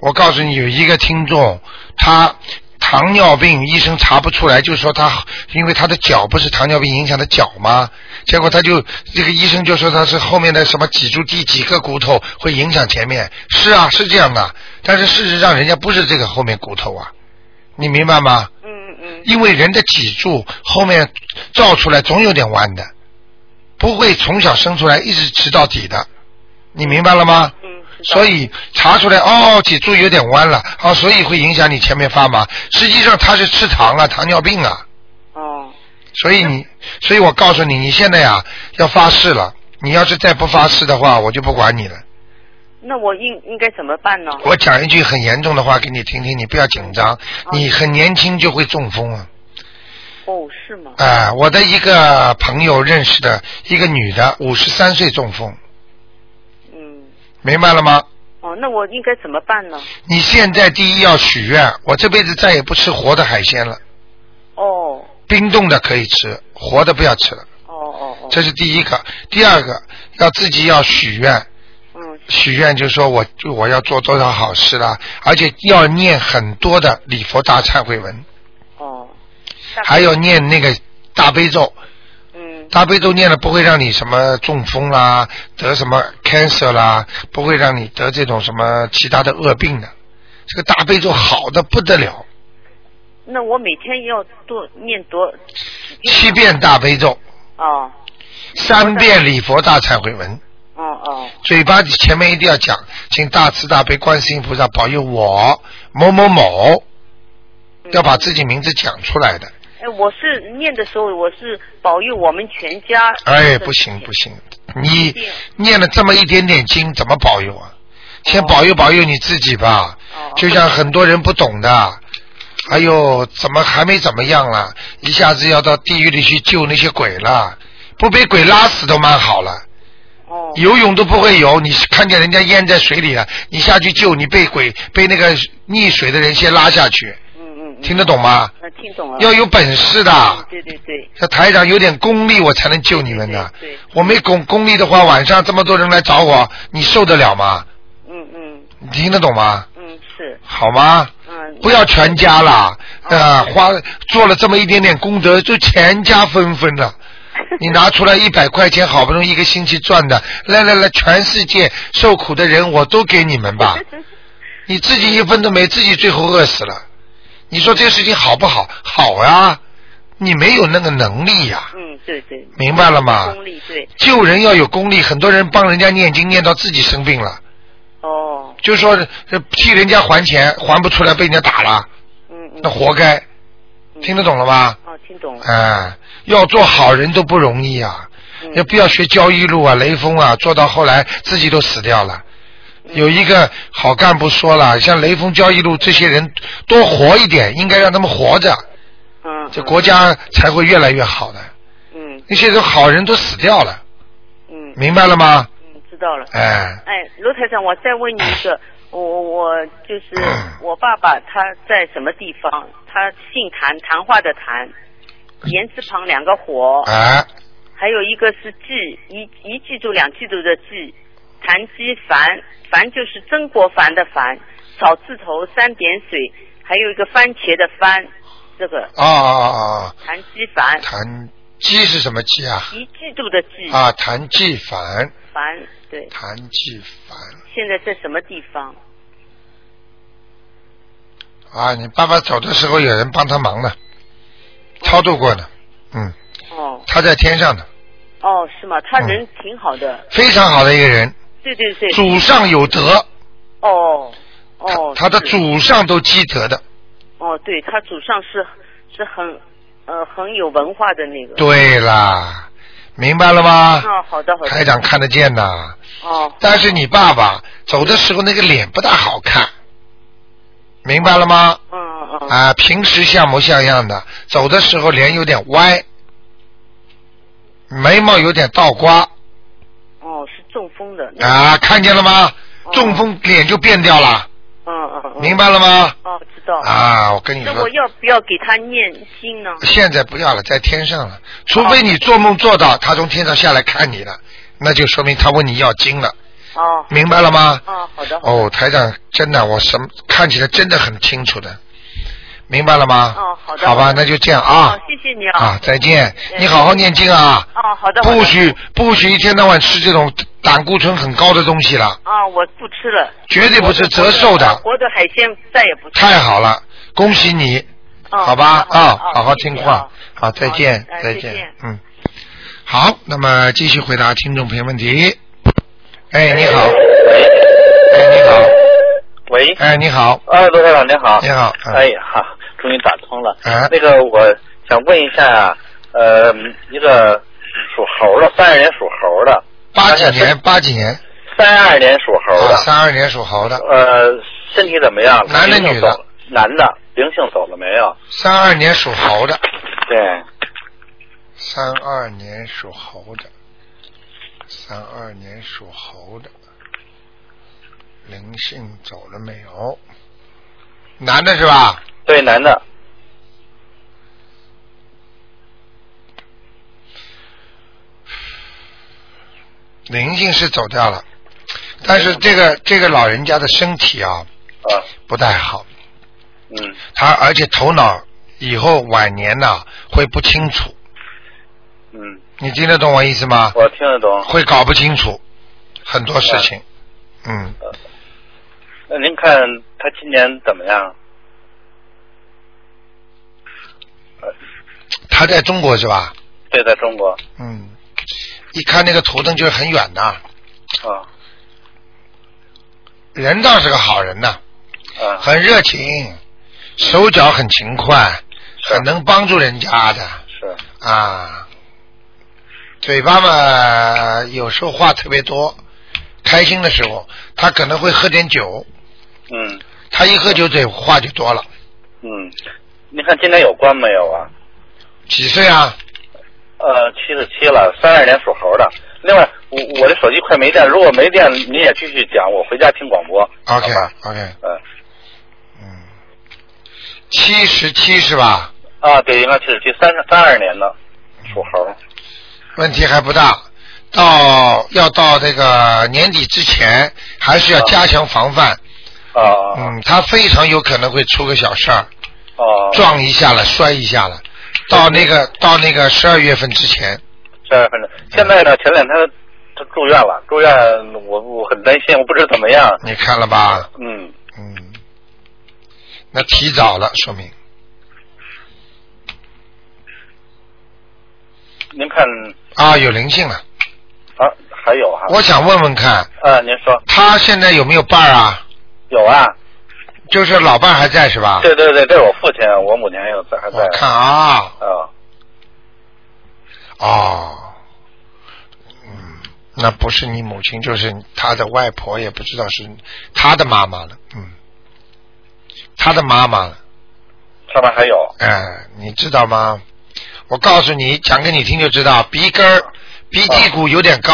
我告诉你，有一个听众，他糖尿病，医生查不出来，就说他因为他的脚不是糖尿病影响的脚吗？结果他就这个医生就说他是后面的什么脊柱第几个骨头会影响前面，是啊，是这样的。但是事实上，人家不是这个后面骨头啊，你明白吗？嗯嗯。因为人的脊柱后面造出来总有点弯的，不会从小生出来一直直到底的，你明白了吗？所以查出来哦，脊柱有点弯了，哦，所以会影响你前面发麻。实际上他是吃糖了，糖尿病啊。
哦。
所以你，所以我告诉你，你现在呀、要发誓了。你要是再不发誓的话，我就不管你了。
那我应应该怎么办呢？
我讲一句很严重的话给你听听，你不要紧张，你很年轻就会中风啊。
哦，是吗？
啊，我的一个朋友认识的一个女的，五十三岁中风。
嗯。
明白了吗？
哦，那我应该怎么办呢？
你现在第一要许愿，我这辈子再也不吃活的海鲜了，
哦
冰冻的可以吃，活的不要吃了。
哦哦哦，
这是第一个，第二个要自己要许愿。
嗯。
许愿就是说我我要做多少好事啦，而且要念很多的礼佛大忏悔文，
哦，
还有念那个大悲咒。
嗯。
大悲咒念了不会让你什么中风啦，得什么 cancer 啦，不会让你得这种什么其他的恶病的。这个大悲咒好的不得了，
那我每天要多念多
七遍大悲咒，
哦
三遍礼佛大忏悔文。
哦哦
嘴巴前面一定要讲，请大慈大悲观世音菩萨保佑我某某某，要把自己名字讲出来的。
哎，我是念的时候，我是保佑我们全家。
哎，不行不行，你念了这么一点点经，怎么保佑啊？先保佑保佑你自己吧。就像很多人不懂的，哎呦，怎么还没怎么样了？一下子要到地狱里去救那些鬼了，不被鬼拉死都蛮好了。游泳都不会游，你看见人家淹在水里了，你下去救，你被鬼被那个溺水的人先拉下去。嗯嗯。听得懂吗？
呃，听懂了。
要有本事的。
嗯对对对，
这台长有点功力，我才能救你们的。我没功功力的话，晚上这么多人来找我，你受得了吗？
嗯嗯
你听得懂吗？
嗯，是。
好吗？
嗯。
不要全家啦，呃，花做了这么一点点功德，就全家纷纷 了。你拿出来一百块钱，好不容易一个星期赚的，来来来，全世界受苦的人我都给你们 吧。你自己一分都没，自己最后饿死了。你说这个事情好不好？好啊呀、你没有那个能力呀、
嗯，对对。
明白了吗
功力对。
救人要有功力，很多人帮人家念经念到自己生病了，
哦，
就说呃替人家还钱，还不出来被人家打了，
嗯嗯。
那活该。听得懂了吧？
哦，听懂了。
哎，要做好人都不容易啊，
嗯
要不要学焦裕禄啊、雷锋啊，做到后来自己都死掉了。
嗯
有一个好干部说了，像雷锋、焦裕禄这些人多活一点，应该让他们活着，
嗯。
这国家才会越来越好的。
嗯
那些人好人都死掉了，
嗯。
明白了吗？
嗯，知道了。
哎，
哎，罗台长，我再问你一个，我我 就是我爸爸他在什么地方？他姓谭，谈话的谭，言字旁两个火，
哎，
还有一个是季，一一季度两季度的季，谭基凡，凡就是曾国藩的藩，草字头三点水，还有一个番茄的番，这个
啊啊啊！
谭基凡，
谭鸡是什么鸡啊？
一季度的季，
啊，谭继凡，
凡嗯对，
谭继凡
现在在什么地方？
啊！你爸爸走的时候有人帮他忙了，超度过的，嗯，
哦
他在天上的，
哦，是吗？他人挺好的。
嗯非常好的一个人，
对对对，
祖上有德，
哦哦，
他的
是
祖上都积德的，
哦，对他祖上是是很呃很有文化的那个。
对啦，明白了吗？
哦，好的好的。
台长看得见呐，
哦
但是你爸爸走的时候那个脸不大好看，明白了吗？
嗯嗯。
啊，平时像模像样的，走的时候脸有点歪，眉毛有点倒刮
哦，是中风的。那
啊，看见了吗？
哦
中风脸就变掉了，
嗯嗯嗯。
明白了吗？
哦，知道。
啊，我跟你
那我
说，
要不要给他念经呢？
现在不要了，在天上了，除
哦
非你做梦做到他从天上下来看你了，那就说明他问你要经了。
哦。
明白了吗？
哦，好的。好的
哦，台长，真的，我什么看起来真的很清楚的，明白了吗？
哦，好的。
啊好吧，那就这样啊
好，谢谢你
啊，再见
嗯，
你好好念经啊，
哦，好的。好的
不许不许一天到晚吃这种胆固醇很高的东西了，
啊，我不吃了。
绝对不是折寿的
活的海鲜再也不吃。
太好了，恭喜你，
哦
好吧
好的
啊
好，的
好好
谢谢
听话
啊，
好，再见
好，
再
哎再见，
嗯，好，那么继续回答听众朋友问题，哎，你好，哎，你好，
喂，
哎，你好，
哎，罗台长您好，
你好嗯
哎，好，终于打通了。
哎
那个，我想问一下啊，呃，一个属猴的，三人属猴的，哎
八几年，八几年，
三二年属猴的，
啊三二年属猴的，
呃，身体怎么样？
男的
灵性
女的
走了？男的，灵性走了没有？
三二年属猴的，
对，
三二年属猴的，三二年属猴的，灵性走了没有？男的是吧？
对，男的，
灵性是走掉了，但是这个这个老人家的身体啊，不太好，
嗯，
他而且头脑以后晚年呐、会不清楚，
嗯，
你听得懂我意思吗？
我听得懂。
啊会搞不清楚很多事情，
啊
嗯，
那您看他今年怎么样？
他在中国是吧？
对，在中国
嗯，一看那个图腾就是很远的，
啊，
人倒是个好人呐、
啊，
很热情，手脚很勤快，
啊
很能帮助人家的
是
啊。嘴巴嘛，有时候话特别多，开心的时候他可能会喝点酒，
嗯
他一喝酒嘴话就多了。
嗯，您看今年有关没有啊？
几岁啊？
呃，七十七了，三二年属猴的。另外，我我这手机快没电，如果没电，您也继续讲，我回家听广播。
OK
好吧
OK，
嗯
七十七是吧？
啊，对，应该七十七，三三二年的，属猴。
问题还不大，到要到这个年底之前，还是要加强防范。
啊
嗯，他非常有可能会出个小事儿，
哦，
撞一下了，摔一下了。到那个到那个十二月份之前，
十二月份的。现在呢，前两天他住院了，住院我我很担心，我不知道怎么样。
你看了吧？
嗯，
那提早了，说明
您看
啊有灵性了。
啊，还有哈、
我想问问看，
啊，您说
他现在有没有伴儿啊？
有啊？
就是老伴儿还在是吧？
对对对，这是我父亲，我母亲还有在还在。
啊看啊，
啊，
哦，嗯，那不是你母亲，就是他的外婆，也不知道是他的妈妈了，嗯，他的妈妈了，
上面还有
哎，你知道吗？我告诉你，讲给你听就知道，鼻根儿、鼻涕骨有点高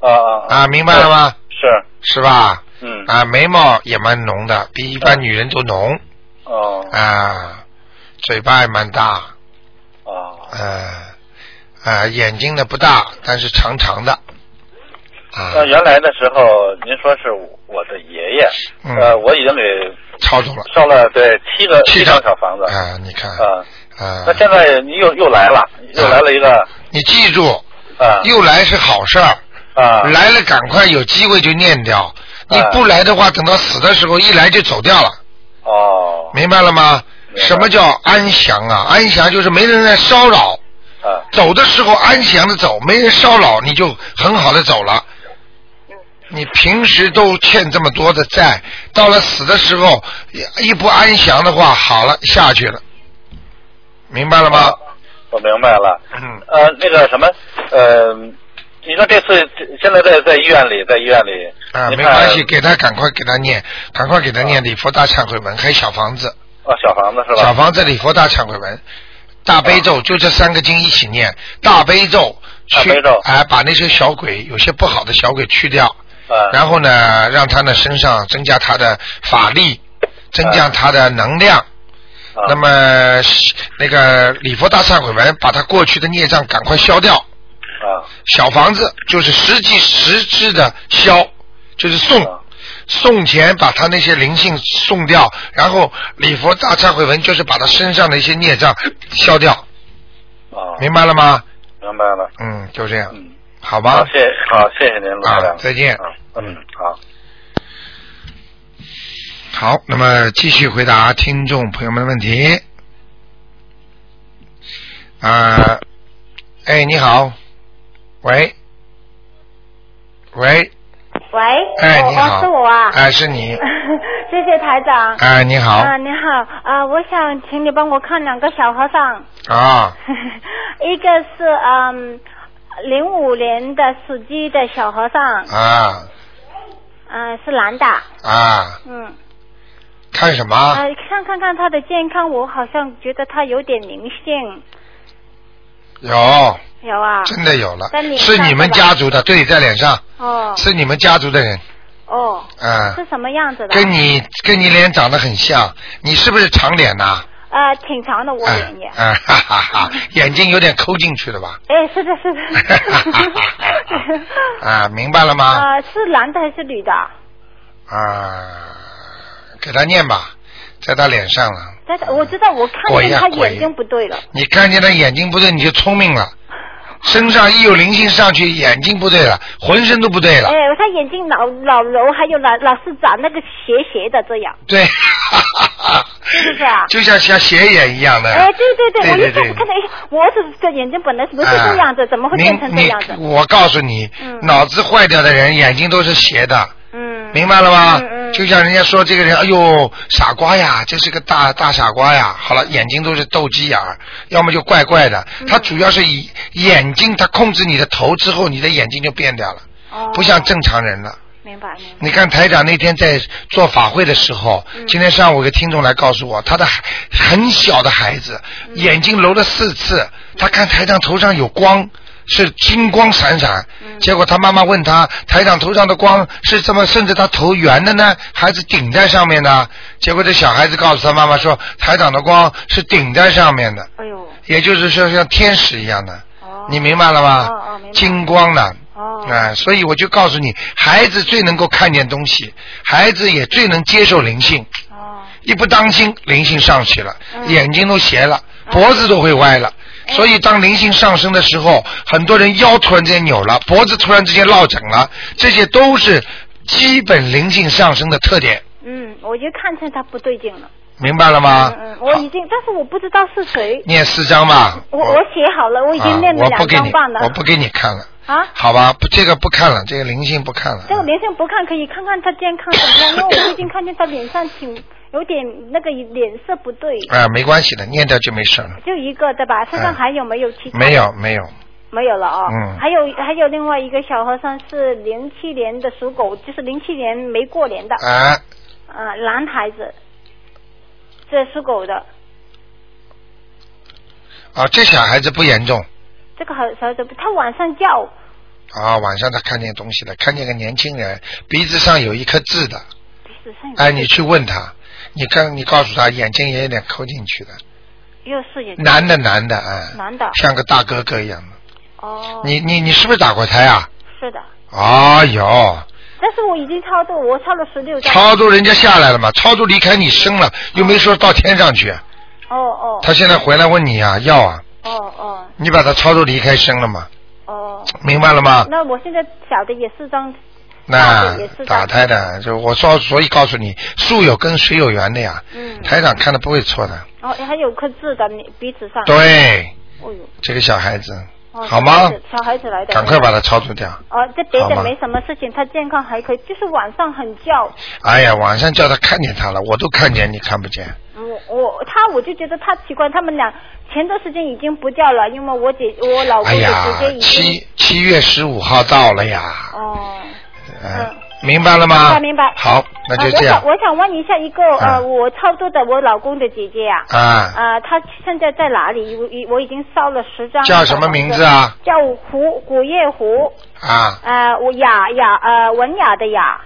啊啊
啊，明白了吗？
是
是吧？
嗯
啊，眉毛也蛮浓的，比一
啊
般女人都浓
哦
啊，嘴巴也蛮大，
哦
呃，呃，眼睛呢不大，但是长长的，啊
那原来的时候，您说是我的爷爷，
嗯
呃，我已经给
超走了
烧了对七个
七
七
张
张小房子
啊！你看
啊。
啊
那，现在你又又来了，
嗯
又来了一个
你记住，
啊
又来是好事儿，
啊
来了赶快有机会就念掉，你不来的话，等到死的时候一来就走掉了，
哦
明白了吗？什么叫安详啊？安详就是没人来骚扰，
啊
走的时候安详的走，没人骚扰，你就很好的走了。
嗯
你平时都欠这么多的债，到了死的时候一一不安详的话，好了下去了，明白了
啊
吗？
我明白了。
嗯
呃，那个什么，呃，你说这次这现在在在医院里，在医院里，
啊，
你
没
看
关系，给他赶快给他念，赶快给他念礼佛大忏悔文，还有小房子，
哦，小房子是吧？啊
小房子礼佛大忏悔文，大悲咒就这三个经一起念，大悲咒
大
去
悲咒
哎把那些小鬼，有些不好的小鬼去掉，
啊
然后呢让他呢身上增加他的法力，增加他的能量。
啊
那么那个礼佛大忏悔文，把他过去的孽障赶快消掉。
啊
小房子就是实际实质的消，就是
啊
送，送钱把他那些灵性送掉，然后礼佛大忏悔文就是把他身上的一些孽障消掉，
啊，
明白了吗？
明白了。
嗯，就这样，好吧
好，谢谢，好，谢谢您，卢台
啊
长，。
再见。
嗯，好。
好，那么继续回答听众朋友们的问题。啊、哎，你好，喂，喂，
喂，
哎
我
你好
哦是我啊，
哎是你
谢谢台长。
哎你好
啊，你好，啊，我想请你帮我看两个小和尚，
啊，
一个是嗯零五年的属鸡的小和尚，
啊，
嗯、是男的。
啊，
嗯。
看什么？
呃，看看看他的健康，我好像觉得他有点灵性，
有，
有啊。
真的有了
在脸，上
是你们家族的，对，在脸上，
哦
是你们家族的人，
哦，
啊，
是什么样子的？
跟你跟你脸长得很像，你是不是长脸呐、
呃，挺长的，我
哎
脸也。
哎哈哈哈，眼睛有点抠进去了吧？
哎，是的，是的。
啊，明白了吗？
呃，是男的还是女的？
啊，给他念吧，在他脸上了。
但是我知道，我看
鬼
见
呀
他
鬼
眼睛不对了。
你看见他眼睛不对，你就聪明了。身上一有灵性上去，眼睛不对了，浑身都不对了。
哎，他眼睛老老揉，还有老老是长那个斜斜的这样，
对，
是不 是啊？
就像像斜眼一样的。
哎，对对对，
对
我
对
一开始
对
看到，哎，我这个眼睛本来不是这样子，
啊
怎么会
您
变成这
你
样子？嗯
我告诉你，脑子坏掉的人眼睛都是斜的。嗯。明白了吗？嗯就像人家说这个人，哎呦，傻瓜呀，这是个大大傻瓜呀。好了，眼睛都是斗鸡眼儿，要么就怪怪的。
嗯
它主要是以眼睛，它控制你的头之后，你的眼睛就变掉了，
哦
不像正常人了。
明白明白。
你看台长那天在做法会的时候，今天上午有个听众来告诉我，他的孩很小的孩子、眼睛揉了四次，他看台长头上有光，是金光闪闪。结果他妈妈问他，台长头上的光是怎么顺着他头圆的呢，还是顶在上面的？结果这小孩子告诉他妈妈说，台长的光是顶在上面的。哎
呦，
也就是说像天使一样的。
哦
你明白了吗？金光的。哦。哎、所以我就告诉你，孩子最能够看见东西，孩子也最能接受灵性。哦。一不当心，灵性上去了，
嗯
眼睛都斜了，脖子都会歪了。所以，当灵性上升的时候，很多人腰突然之间扭了，脖子突然之间落枕了，这些都是基本灵性上升的特点，
嗯，我就看见他不对劲了。
明白了吗？
嗯，我已经，但是我不知道是谁。
念四张吧。
我我写好了，我已经念
啊、
了
我
两
不给
张
你
半了。，
我不给你看了，
啊，
好吧？不，这个不看了，这个灵性不看了。
这个连线不看可以看看他健康怎么样，因为我最近看见他脸上挺有点那个脸色不对，
啊，没关系的，念掉就没事了。
就一个对吧？身上还有没有其他？
哎没有，没有，
没有了哦。
嗯
还有还有另外一个小和尚是零七年的属狗，就是零七年没过年的，
啊，
啊，男孩子，这属狗的，
啊，这小孩子不严重
这个好小孩子他晚上叫，
啊，晚上他看见东西了，看见个年轻人鼻子上有一颗痣的，
鼻子上有
哎，你去问他，你看你告诉他眼睛也有点抠进去的，
又是也
男的男的，哎，
男的
像个大哥哥一样的。
哦，
你你你是不是打过胎啊？
是的，
啊、有，
但是我已经超度，我超了十六张，
超度人家下来了嘛，超度离开你生了，又没说到天上去，啊
哦哦
他现在回来问你啊，要啊，
哦哦
你把他超度离开生了嘛，
哦，
明白了吗？
那我现在小的也四张，
那
也是
打
打
胎的，就我说，所以告诉你，树有跟水有缘的呀。
嗯，
台长看的不会错的，
哦，还有颗痣的你鼻子上，
对
哦呦，
这个小孩子，
哦
好吗？
小孩子来的，
赶快把它超度掉。
哦，这别
好吗
的没什么事情，他健康还可以，就是晚上很叫。
哎呀，晚上叫他看见他了，我都看见，你看不见。
嗯我我他我就觉得他奇怪，他们俩前段时间已经不叫了，因为我姐我老公
哎
就
呀
直接已，经、
七七月十五号到了呀，
哦，
嗯，明白了
明
吗
白？明白。
好，那就这
啊、
样
我想我想问一下一个、
啊
呃，我操作的我老公的姐姐呀、
啊。
呃，她现在在哪里？我已我已经烧了十张。
叫什么名字啊？
叫胡古月胡，
啊，
呃，我雅雅呃文雅的雅，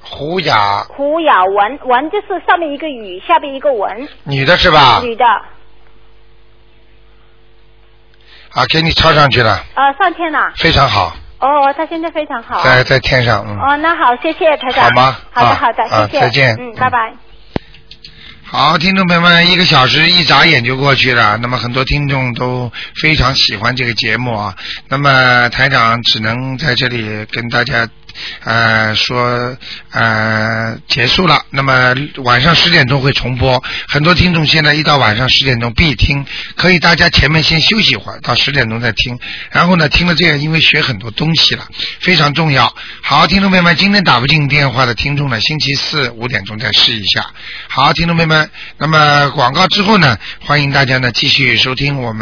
胡雅，
胡雅文文就是上面一个雨，下边一个文。
女的是吧？
女的，
啊，给你抄上去了，
呃，上天了。
非常好，
哦，她现在非常好啊。
在在天上，嗯。
哦，那好，谢谢台长。
好吗
好的，
啊
好的，
啊
谢谢。
再见
嗯，拜拜。
好，听众朋友们，一个小时一眨眼就过去了。那么很多听众都非常喜欢这个节目啊。那么台长只能在这里跟大家呃说呃结束了。那么晚上十点钟会重播，很多听众现在一到晚上十点钟必听，可以大家前面先休息一会儿，到十点钟再听。然后呢，听了这个，因为学很多东西了，非常重要。好，听众朋友们，今天打不进电话的听众呢，星期四五点钟再试一下。好，听众朋友们，那么广告之后呢，欢迎大家呢继续收听我们。